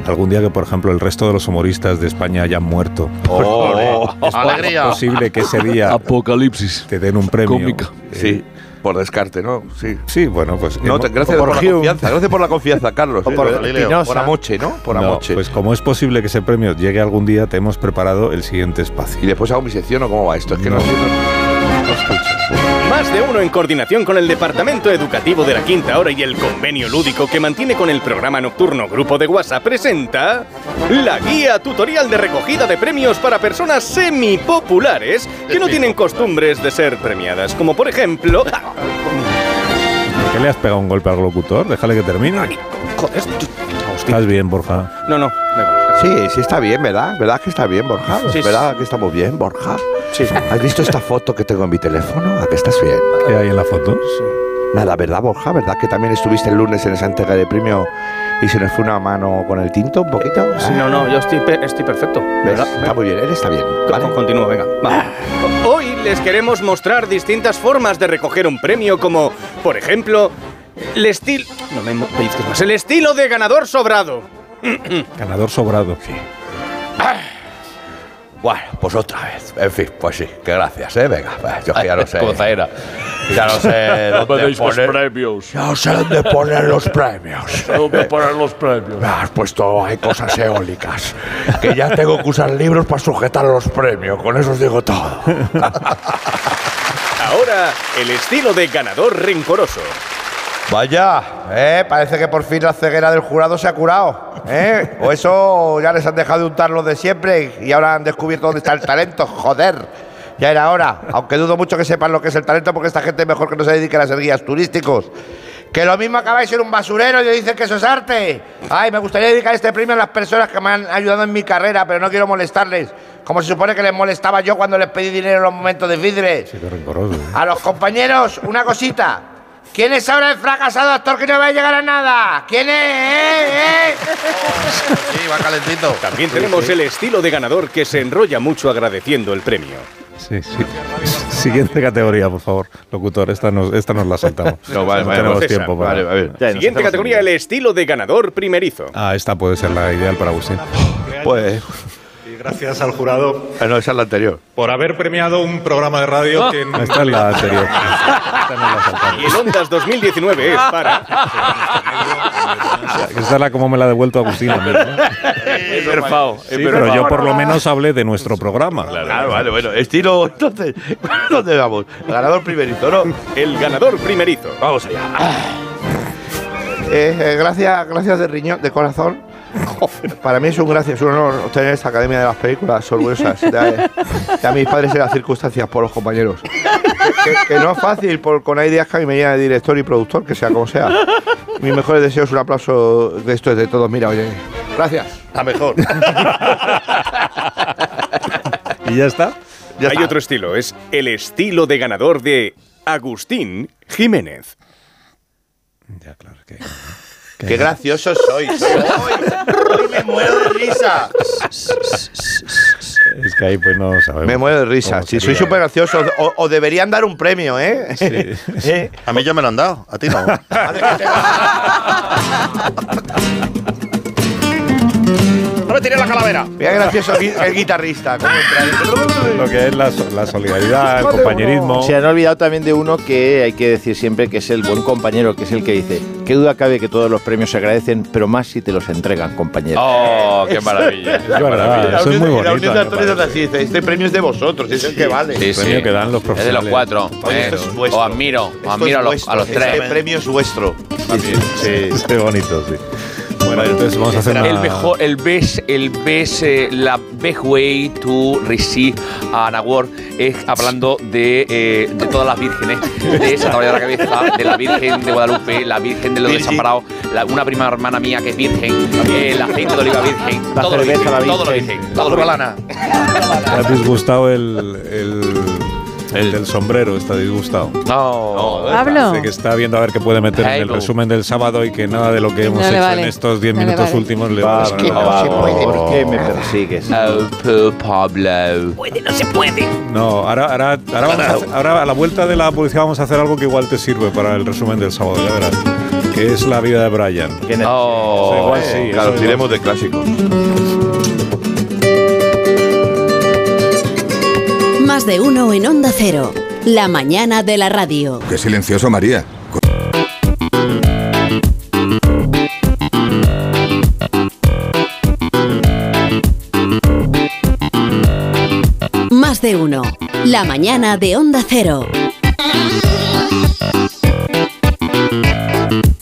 A: algún día que por ejemplo el resto de los humoristas de España hayan muerto,
D: Oh,
A: es posible que ese día apocalipsis te den un premio. eh,
D: Cómica. Sí, por descarte, ¿no? Sí.
A: Sí, bueno, pues
D: No, te-
A: hemos-
D: gracias por, la confianza, gracias por la confianza, Carlos.
A: O por
D: Eh,
A: Galileo.
D: por Amoche, ¿no? Por
A: No,
D: Amoche.
A: Pues como es posible que ese premio llegue algún día, te hemos preparado el siguiente espacio.
D: ¿Y después hago mi sección o cómo va esto? Es que no,
M: Más de uno en coordinación con el Departamento Educativo de la Quinta Hora y el convenio lúdico que mantiene con el programa nocturno Grupo de WhatsApp presenta la guía tutorial de recogida de premios para personas semipopulares que no tienen costumbres de ser premiadas, como por ejemplo...
A: ¿Por ¿Qué le has pegado un golpe al locutor? Déjale que termine. Estás bien, porfa.
M: No, no.
D: Sí, sí está bien, ¿verdad? ¿Verdad que está bien, Borja?
A: Sí, sí.
D: ¿Verdad que estamos bien, Borja? Sí. ¿Has visto esta foto que tengo en mi teléfono? ¿A que estás bien?
A: ¿Qué hay en la foto?
D: Nada, ¿verdad, Borja? ¿Verdad que también estuviste el lunes en esa entrega de premio y se nos fue una mano con el tinto un poquito?
M: Sí, no, no, yo estoy, pe- estoy perfecto.
D: ¿Ves? Está muy bien, él está bien. ¿vale?
M: Continúa, venga. va. Hoy les queremos mostrar distintas formas de recoger un premio, como, por ejemplo, el estilo. No me mo- pellizques más. El estilo de ganador sobrado.
A: Ganador sobrado.
D: Bueno, pues otra vez. En fin, pues sí, que gracias, ¿eh? Venga, va, yo que ya no sé.
G: Cosa era.
D: Ya no sé
G: No me
D: dónde
G: deis los
D: poner...
G: premios.
D: Ya no sé dónde poner los premios.
G: ¿Dónde poner los premios?
D: Me has puesto hay cosas eólicas. Que ya tengo que usar libros para sujetar los premios. Con eso os digo todo.
M: Ahora, el estilo de ganador rencoroso.
D: Vaya, eh, parece que por fin la ceguera del jurado se ha curado. ¿eh? O eso ya les han dejado de untar los de siempre y ahora han descubierto dónde está el talento. Joder, ya era hora. Aunque dudo mucho que sepan lo que es el talento porque esta gente es mejor que no se dedique a las guías turísticos. Que lo mismo acabáis en un basurero y os dicen que eso es arte. Ay, me gustaría dedicar este premio a las personas que me han ayudado en mi carrera, pero no quiero molestarles. Como se supone que les molestaba yo cuando les pedí dinero en los momentos difíciles.
A: Qué rencoroso.
D: A los compañeros, una cosita. ¿Quién es ahora el fracasado actor que no va a llegar a nada? ¿Quién es? ¿Eh? ¿Eh?
M: Sí, va calentito. También tenemos el estilo de ganador que se enrolla mucho agradeciendo el premio.
A: Sí, sí. Siguiente categoría, por favor. Locutor, esta nos, esta nos la saltamos. tenemos
M: César,
A: tiempo para.
M: Siguiente categoría, el estilo de ganador primerizo.
A: Ah, esta puede ser la ideal para Agustín.
D: Pues. ah,
N: Y gracias al jurado
D: No, esa es la anterior.
N: por haber premiado un programa de radio que no
A: Ah. Esta es la anterior.
M: Y el Ondas 2019 es para... Este
A: Esta es la como me la ha devuelto Agustín. a mí, ¿no? Sí, pero yo por lo menos hablé de nuestro programa.
D: Ah, vale, bueno, estilo, entonces, ¿dónde vamos? Ganador primerizo, ¿no?
M: El ganador primerizo.
D: Vamos allá. Ah. Eh, eh, gracias, gracias de riñón, de corazón. Para mí es un gracias, un honor obtener esta Academia de las Películas Orgullosas. De,
I: eh.
D: de a mis padres en las circunstancias, por los compañeros. Que, que- que no es fácil, por, con ideas que a mí me llena de director y productor, que sea como sea. Mis mejores deseos, un aplauso de esto es de todos. Mira, oye, gracias.
I: La mejor.
A: ¿Y ya está?
M: Hay otro estilo, es el estilo de ganador de Agustín Jiménez.
D: Qué graciosos sois.
I: me muero de risa.
A: Es que ahí pues no sabemos.
D: Me muero de risa.
A: cómo
D: Si soy
A: sería.
D: súper gracioso, o, o deberían dar un premio, ¿eh? ¿Eh?
I: A mí ya me lo han dado, a ti no.
D: Vale, que te-
O: me tiré la calavera.
D: Mira gracioso el gui- el guitarrista. cómo entra ahí.
A: Lo que es la, so- la solidaridad, el compañerismo.
C: Se han olvidado también de uno que hay que decir siempre que es el buen compañero, que es el que dice, qué duda cabe que todos los premios se agradecen, pero más si te los entregan, compañero.
P: ¡Oh, qué maravilla!
A: Es verdad, eso es muy
D: La
A: bonito.
D: unión de actores es así, dice, este premio es de vosotros, es el que vale.
P: Sí, sí.
A: que dan los
P: es de los
A: profesionales.
P: cuatro.
D: Oye,
P: eh.
D: esto es vuestro.
P: Os admiro, os
D: Esto
P: admiro
D: es
P: a los,
D: vuestro,
P: a los
D: Este
P: tres.
D: premio es vuestro.
A: Sí, qué bonito, sí. Bueno, entonces vamos a hacer
P: El
A: una...
P: mejor, el best, el best, eh, la best way to receive an award es hablando de, eh, de todas las vírgenes, de Santa María de la Cabeza, de la Virgen de Guadalupe, la Virgen de los Desamparados, la- una prima hermana mía que es virgen, eh, el aceite de oliva virgen,
C: La
P: todo lo
C: cerveza,
P: virgen,
C: la
P: todo lo
C: virgen,
P: virgen,
D: La
P: todo lo virgen.
D: corbalana.
A: ¿Te ha disgustado el, el, el del sombrero? ¿Está disgustado?
P: No.
L: Pablo.
A: Sé que está viendo a ver qué puede meter en el
P: Hello.
A: resumen del sábado y que nada de lo que hemos
L: No le
A: hecho
L: vale.
A: en estos 10
L: No le
A: minutos
L: vale.
A: últimos le va a
C: Pablo,
A: dar la-
C: ¿por qué me persigues?
P: Oh, Pablo.
H: No se puede.
A: No, ahora, ahora, ahora, vamos a, hacer- ahora a la vuelta de la policía vamos a hacer algo que igual te sirve para el resumen del sábado, ya verás. Que es la vida de Brian.
P: Oh,
A: Eso igual sí, eso
Q: claro,
A: igual
Q: tiremos de clásicos.
K: Más de uno en Onda Cero. La mañana de la radio.
I: Qué silencioso, María.
K: Más de uno. La mañana de Onda Cero.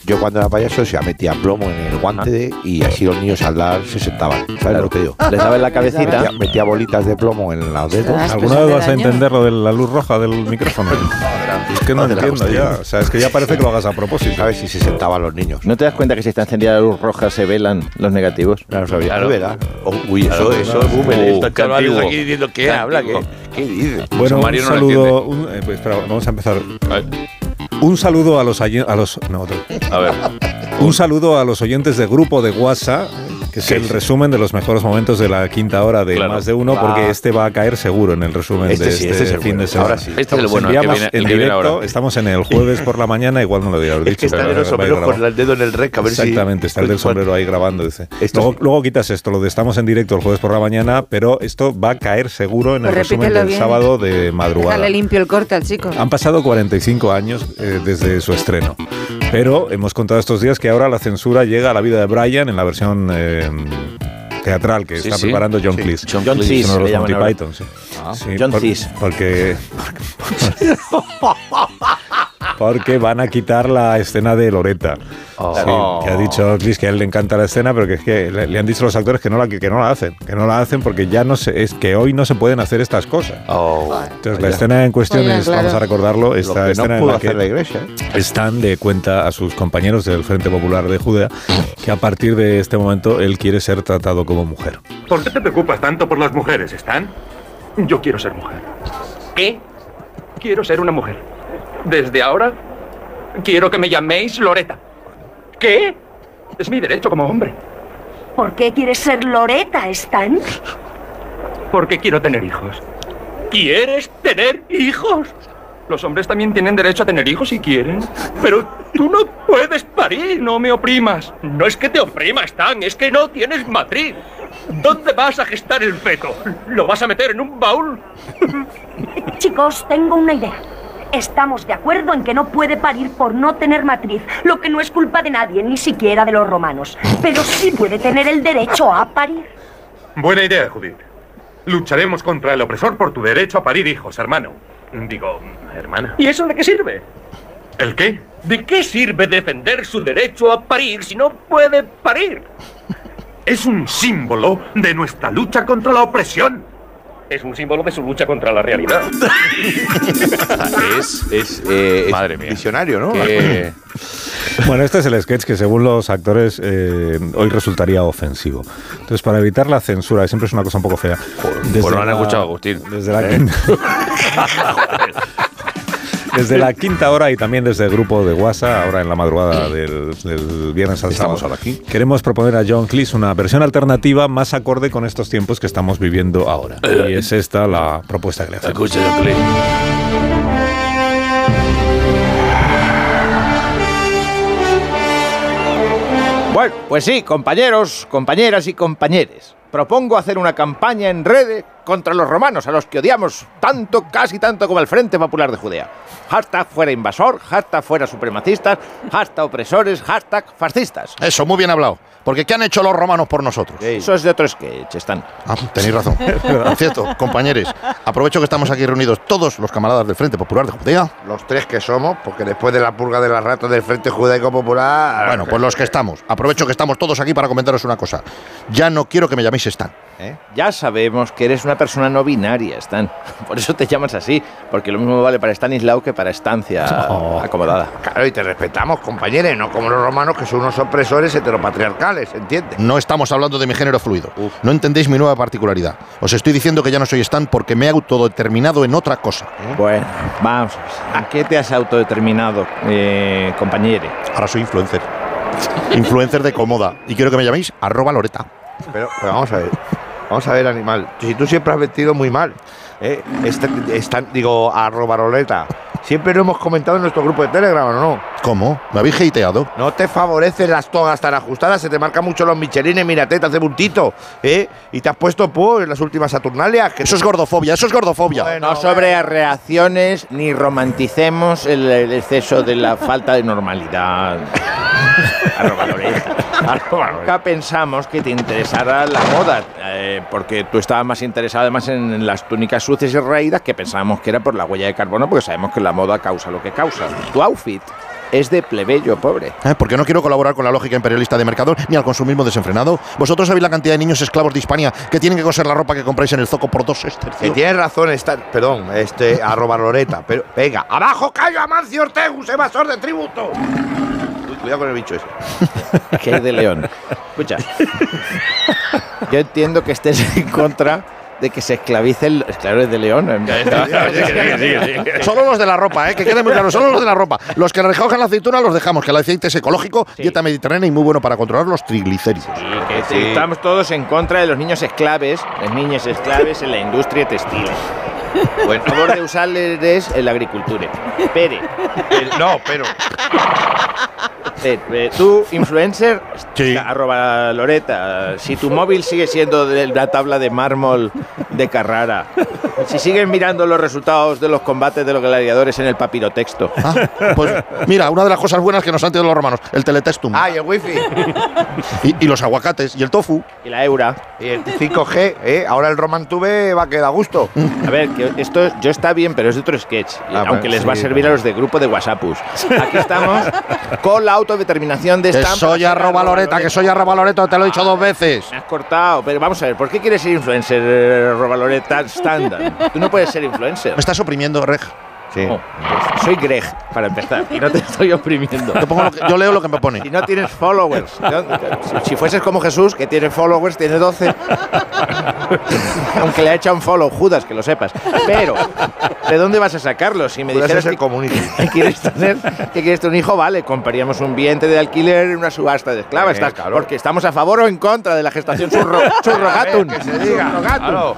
D: Yo cuando era payaso se metía plomo en el guante de- y así los niños al dar se sentaban. ¿Sabes lo que digo?
C: Les daba en la cabecita.
D: Metía, metía bolitas de plomo en los dedos.
A: ¿Alguna vez vas a entender lo de la luz roja del micrófono? es que no
D: Madre
A: entiendo
D: hostia.
A: ya. O sea, es que ya parece que lo hagas a propósito.
D: ¿Sabes si se sentaban los niños?
C: ¿No te das cuenta que si está encendida la luz roja se velan los negativos?
D: No lo sabía.
C: Claro.
D: Es verdad. Oh, uy, eso,
C: Claro,
D: eso
C: claro.
D: es boomer.
C: Uh,
D: Estos
C: qué
D: chavales
C: antiguo.
D: Oh. aquí diciendo qué
C: Qué
D: habla, qué,
C: antiguo.
D: qué dice.
A: Bueno, un
D: Mario no lo
A: saludo. un- eh, pues espera, vamos a empezar. Un saludo a los oyen- a los no, otro.
P: A ver.
A: Un saludo a los oyentes de grupo de WhatsApp, que es el resumen de los mejores momentos de la quinta hora de más de uno,
P: Ah.
A: porque este va a caer seguro en el resumen
P: Este
A: de
P: sí,
A: este,
P: este es el
A: fin
P: bueno.
A: de semana.
P: Ahora sí. Este es el
A: Os
P: bueno, el que
A: enviamos
P: viene- el
A: en
P: que viene
A: directo,
P: ahora.
A: estamos en el jueves por la mañana, igual no lo había dicho.
D: Es que está
A: pero
D: el
A: lo habéis
D: sombrero
A: grabado.
D: con el dedo en el rec, a ver si-
A: Exactamente, está el del sombrero ahí grabando. Dice. Luego, luego quitas esto, lo de estamos en directo el jueves por la mañana, pero esto va a caer seguro en el
L: Pues
A: resumen
L: repítelo
A: del
L: bien.
A: sábado de madrugada.
L: Déjale limpio el corte al chico.
A: Han pasado 45 años eh, desde su estreno, pero hemos contado estos días que ahora la censura llega a la vida de Brian en la versión eh, teatral que
C: Sí,
A: está
C: sí.
A: preparando John
C: Sí.
A: Cleese.
C: John John Cleese,
A: Uno de los
C: le llaman
A: Monty
C: ahora.
A: Python, sí.
C: Ah.
A: Sí,
C: John
A: por-
C: Cleese.
A: Porque, porque van a quitar la escena de Loreta.
D: Oh.
A: Sí, que ha dicho Chris que a él le encanta la escena, pero que es que le, le han dicho los actores que no, la, que no la hacen, que no la hacen porque ya no se, es que hoy no se pueden hacer estas cosas. Entonces la
D: Oh. Vaya.
A: escena en cuestión
D: Oiga,
A: es,
D: claro.
A: vamos a recordarlo,
D: Lo que
A: esta
D: no
A: escena en
D: pudo
A: la que
D: hacer la Iglesia, ¿eh?
A: están de cuenta a sus compañeros del Frente Popular de Judea que a partir de este momento él quiere ser tratado como mujer.
B: ¿Por qué te preocupas tanto por las mujeres, Stan? Yo quiero ser mujer. ¿Qué? Quiero ser una mujer. Desde ahora, quiero que me llaméis Loreta. ¿Qué? Es mi derecho como hombre.
R: ¿Por qué quieres ser Loreta, Stan?
B: Porque quiero tener hijos. ¿Quieres tener hijos? Los hombres también tienen derecho a tener hijos si quieren. Pero tú no puedes parir, no me oprimas. No es que te oprima, Stan, es que no tienes matriz. ¿Dónde vas a gestar el feto? ¿Lo vas a meter en un baúl?
R: Chicos, tengo una idea. Estamos de acuerdo en que no puede parir por no tener matriz, lo que no es culpa de nadie, ni siquiera de los romanos. Pero sí puede tener el derecho a parir.
B: Buena idea, Judith. Lucharemos contra el opresor por tu derecho a parir hijos, hermano. Digo, hermana. ¿Y eso de qué sirve? ¿El qué? ¿De qué sirve defender su derecho a parir si no puede parir? Es un símbolo de nuestra lucha contra la opresión. Es un símbolo de su lucha contra la realidad.
D: Es, es, eh, es visionario, ¿no?
P: Qué-
A: Bueno, este es el sketch que según los actores eh, hoy resultaría ofensivo. Entonces, para evitar la censura, que siempre es una cosa un poco fea.
P: pues no lo han
A: la-
P: escuchado, Agustín. ¿Eh?
A: Desde la quinta. Desde la quinta hora y también desde el grupo de WhatsApp, ahora en la madrugada del, del viernes al
Q: Estamos
A: sábado, queremos proponer a John Cleese una versión alternativa más acorde con estos tiempos que estamos viviendo ahora. Y es esta la propuesta que le hacemos.
P: Escucha, John Cleese.
C: Bueno, pues sí, compañeros, compañeras y compañeres.
D: Propongo hacer una campaña en redes contra los romanos, a los que odiamos tanto, casi tanto como el Frente Popular de Judea. Hashtag fuera invasor, hashtag fuera supremacistas, hashtag opresores, hashtag fascistas.
I: Eso, muy bien hablado. Porque ¿qué han hecho los romanos por nosotros?
D: Eso es de otro sketch, están.
I: Ah, tenéis razón. Por cierto, compañeros, aprovecho que estamos aquí reunidos todos los camaradas del Frente Popular de Judea.
D: Los tres que somos, porque después de la purga de las ratas del Frente Judaico Popular...
I: Bueno, pues los que estamos. Aprovecho que estamos todos aquí para comentaros una cosa. Ya no quiero que me llaméis Stan.
D: ¿Eh? Ya sabemos que eres una persona no binaria, Stan. Por eso te llamas así, porque lo mismo vale para Stanislao que para estancia acomodada. Claro, y te respetamos, compañeros, no como los romanos que son unos opresores heteropatriarcales, ¿entiendes?
I: No estamos hablando de mi género fluido. No entendéis mi nueva particularidad. Os estoy diciendo que ya no soy Stan porque me he autodeterminado en otra cosa.
D: Bueno, vamos. ¿A qué te has autodeterminado, eh, compañero?
I: Ahora soy influencer. influencer de comoda. Y quiero que me llaméis arroba loreta.
D: Pero, pero vamos a ver. Vamos a ver, animal. Si tú siempre has vestido muy mal, ¿eh? Este- están, digo, a robaroleta. Siempre lo hemos comentado en nuestro grupo de Telegram, ¿o no?
I: ¿Cómo? ¿Me habéis hateado?
D: No te favorecen las togas tan ajustadas, se te marcan mucho los michelines, mírate, te hace bultito, ¿eh? Y te has puesto pú en las últimas Saturnalias. Que
I: Eso es gordofobia, eso es gordofobia.
D: Bueno,
C: No sobre reacciones ni romanticemos el, el exceso de la falta de normalidad. Arroba Loreta. Arroba Loreta. Nunca pensamos que te interesara la moda, eh, porque tú estabas más interesado además en las túnicas sucias y raídas que pensábamos que era por la huella de carbono, porque sabemos que la moda causa lo que causa. Tu outfit es de plebeyo, pobre.
I: ¿Eh? Porque no quiero colaborar con la lógica imperialista de mercado ni al consumismo desenfrenado. ¿Vosotros sabéis la cantidad de niños esclavos de Hispania que tienen que coser la ropa que compráis en el zoco por dos
D: Que
I: estercios?
D: eh, tienes razón, está, perdón, este, a robaroleta, pero venga, abajo Cayo Amancio Ortegus, evasor de tributo. Uy, cuidado con el bicho ese.
C: que es de León. Escucha, yo entiendo que estés en contra de que se esclavicen los esclavos de León.
I: Solo los de la ropa, ¿eh? que quede muy claro, solo los de la ropa. Los que recogen la aceituna los dejamos, que el aceite es ecológico, dieta mediterránea y muy bueno para controlar los triglicéridos.
C: Que Este, Estamos todos en contra de los niños esclaves, las niñas esclaves en la industria textil. Bueno, a favor de usarles en la agricultura. Pere,
D: no, pero.
C: eh, eh, tú, influencer, arroba Loreta, si tu móvil sigue siendo de la tabla de mármol de Carrara, si sigues mirando los resultados de los combates de los gladiadores en el papirotexto.
D: Ah.
I: Pues mira, una de las cosas buenas que nos han tenido los romanos, el teletextum.
D: Ah, y el wifi.
I: Y, y los aguacates, y el tofu.
C: Y la eura.
D: Y el 5G, ¿eh? Ahora el Roman Tube va a quedar a gusto.
C: A ver, que esto yo está bien, pero es de otro sketch. y
D: Ah,
C: aunque
D: bueno,
C: les
D: sí,
C: va a servir a los de grupo de WhatsAppus. Aquí estamos con la autodeterminación de
I: Que
C: Stan.
I: soy arroba Loreta, que soy arroba Loreta, te lo he dicho dos veces.
C: Me has cortado, pero vamos a ver, ¿por qué quieres ser influencer, eh, arroba Loreta Standard? Tú no puedes ser influencer.
I: Me estás oprimiendo, Reg.
D: Sí.
C: Oh. soy Greg, para empezar, y no te estoy oprimiendo.
I: Te pongo lo que- yo leo lo que me pone.
C: Si no tienes followers. yo- Si fueses como Jesús, que tiene followers, tiene 12. Aunque le ha hecho un follow Judas, que lo sepas. Pero, ¿de dónde vas a sacarlo? Si me
D: Judas
C: dijeras
D: es el
C: que- que quieres tener, que quieres tener un hijo, vale, compraríamos un vientre de alquiler en una subasta de esclavas.
D: Eh,
C: tal,
D: claro.
C: Porque estamos a favor o en contra de la gestación surro, surrogatum.
D: Que se diga.
C: Surrogatum.
D: Claro.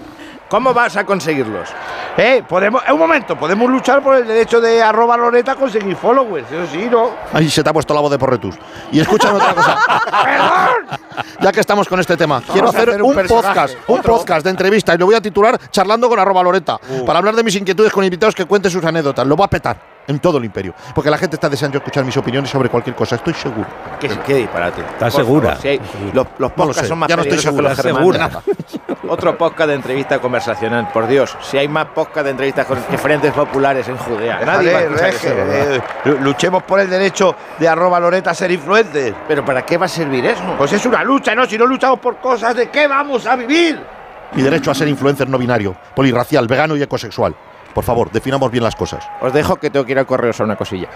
C: ¿Cómo vas a conseguirlos?
D: Eh, podemos, eh, un momento, podemos luchar por el derecho de arroba Loreta a conseguir followers, eso sí, ¿no?
I: Ay, se te ha puesto la voz de Porretus. Y escúchame otra cosa. Ya que estamos con este tema, quiero
D: a
I: hacer,
D: hacer un
I: un,
D: personaje,
I: podcast, un podcast de entrevista y lo voy a titular Charlando con arroba Loreta, para hablar de mis inquietudes con invitados que cuenten sus anécdotas. Lo va a petar en todo el imperio, porque la gente está deseando escuchar mis opiniones sobre cualquier cosa, estoy seguro.
C: ¿Qué, qué disparate?
A: ¿Estás
C: Por
A: segura?
C: favor, si hay- los, los
I: No lo
C: podcasts
I: sé,
C: son más
I: ya no estoy
C: peligrosos que
I: segura,
C: los germanos.
I: segura. Nada.
C: Otro podcast de entrevista conversacional, por Dios. Si hay más podcast de entrevistas con referentes populares en Judea. Nadie va a
D: Déjale,
C: escuchar eso,
D: Rege,
C: ¿verdad?
D: eh, luchemos por el derecho de arroba Loreta a ser influentes.
C: ¿Pero para qué va a servir eso?
D: Pues es una lucha, ¿no? Si no luchamos por cosas, ¿de qué vamos a vivir?
I: Mi derecho a ser influencer no binario, polirracial, vegano y ecosexual. Por favor, definamos bien las cosas.
C: Os dejo que tengo que ir al correo a una cosilla.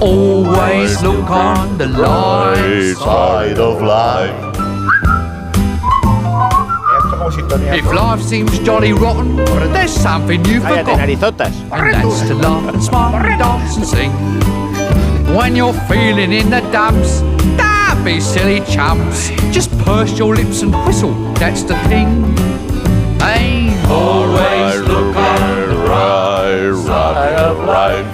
P: Always look on the light side of life. If life seems jolly rotten, there's something you've
C: Cállate,
P: forgotten.
C: narizotas.
P: And that's to laugh and smile and dance and sing. When you're feeling in the dumps, don't be silly chumps. Just purse your lips and whistle, that's the thing. Hey. Always look on the right side of life.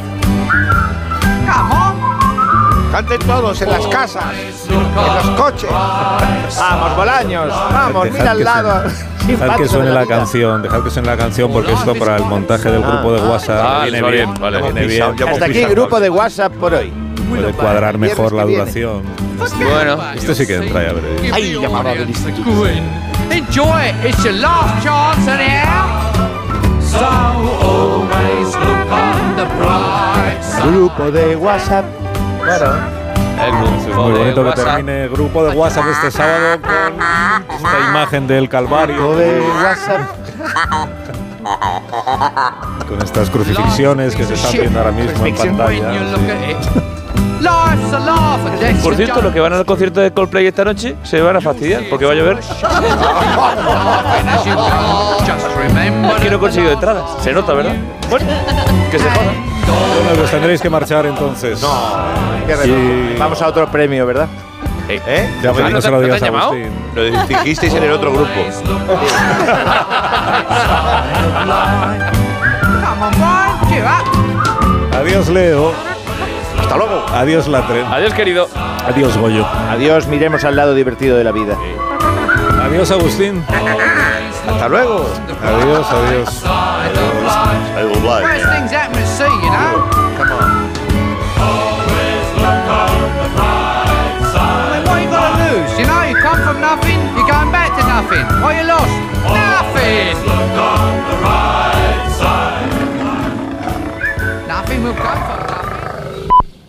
D: Canten todos en las casas, en los coches. Vamos, Bolaños, vamos,
A: Dejad
D: mira al
A: que
D: lado.
A: suene- Dejad que suene la canción, dejad que suene la canción porque esto para el montaje del grupo de WhatsApp
D: Ah,
A: viene
D: vale,
A: bien,
D: vale.
A: viene
D: Ya hemos
A: bien.
D: pisado, Hasta aquí, grupo de WhatsApp por hoy.
A: Puede cuadrar mejor la duración.
G: Bueno.
A: Este sí que entra ya veré.
P: Ay,
A: llamaba del
P: Enjoy it. It's your last chance anyhow. So always look on the bright side.
D: Grupo de WhatsApp. Claro.
A: Es muy bonito que termine el grupo de WhatsApp este sábado con esta imagen del Calvario. Con estas crucifixiones que se están viendo ahora mismo en pantalla.
P: Life's a laugh and death's
B: Por
P: a
B: cierto, los que van al concierto de Coldplay esta noche se van a fastidiar porque va a llover. Es que no he conseguido entradas. Se nota, ¿verdad? Bueno, que se joda.
A: Bueno, pues tendréis que marchar entonces. No,
D: qué reloj. Vamos a otro premio, ¿verdad?
A: ¿Eh? Ya
D: Ah,
A: no,
D: ¿no
A: se
D: te-
A: lo
D: no te
A: digas a
D: han llamado?
A: Agustín.
D: Lo dijisteis en el otro grupo.
P: Come on, one, two, up.
A: Adiós, Leo. Hasta luego. Adiós, la tren.
B: Adiós, querido.
A: Adiós, Goyo.
D: Adiós, miremos al lado divertido de la vida.
A: Adiós, Agustín.
D: Hasta luego.
A: Adiós, adiós.
D: Adiós.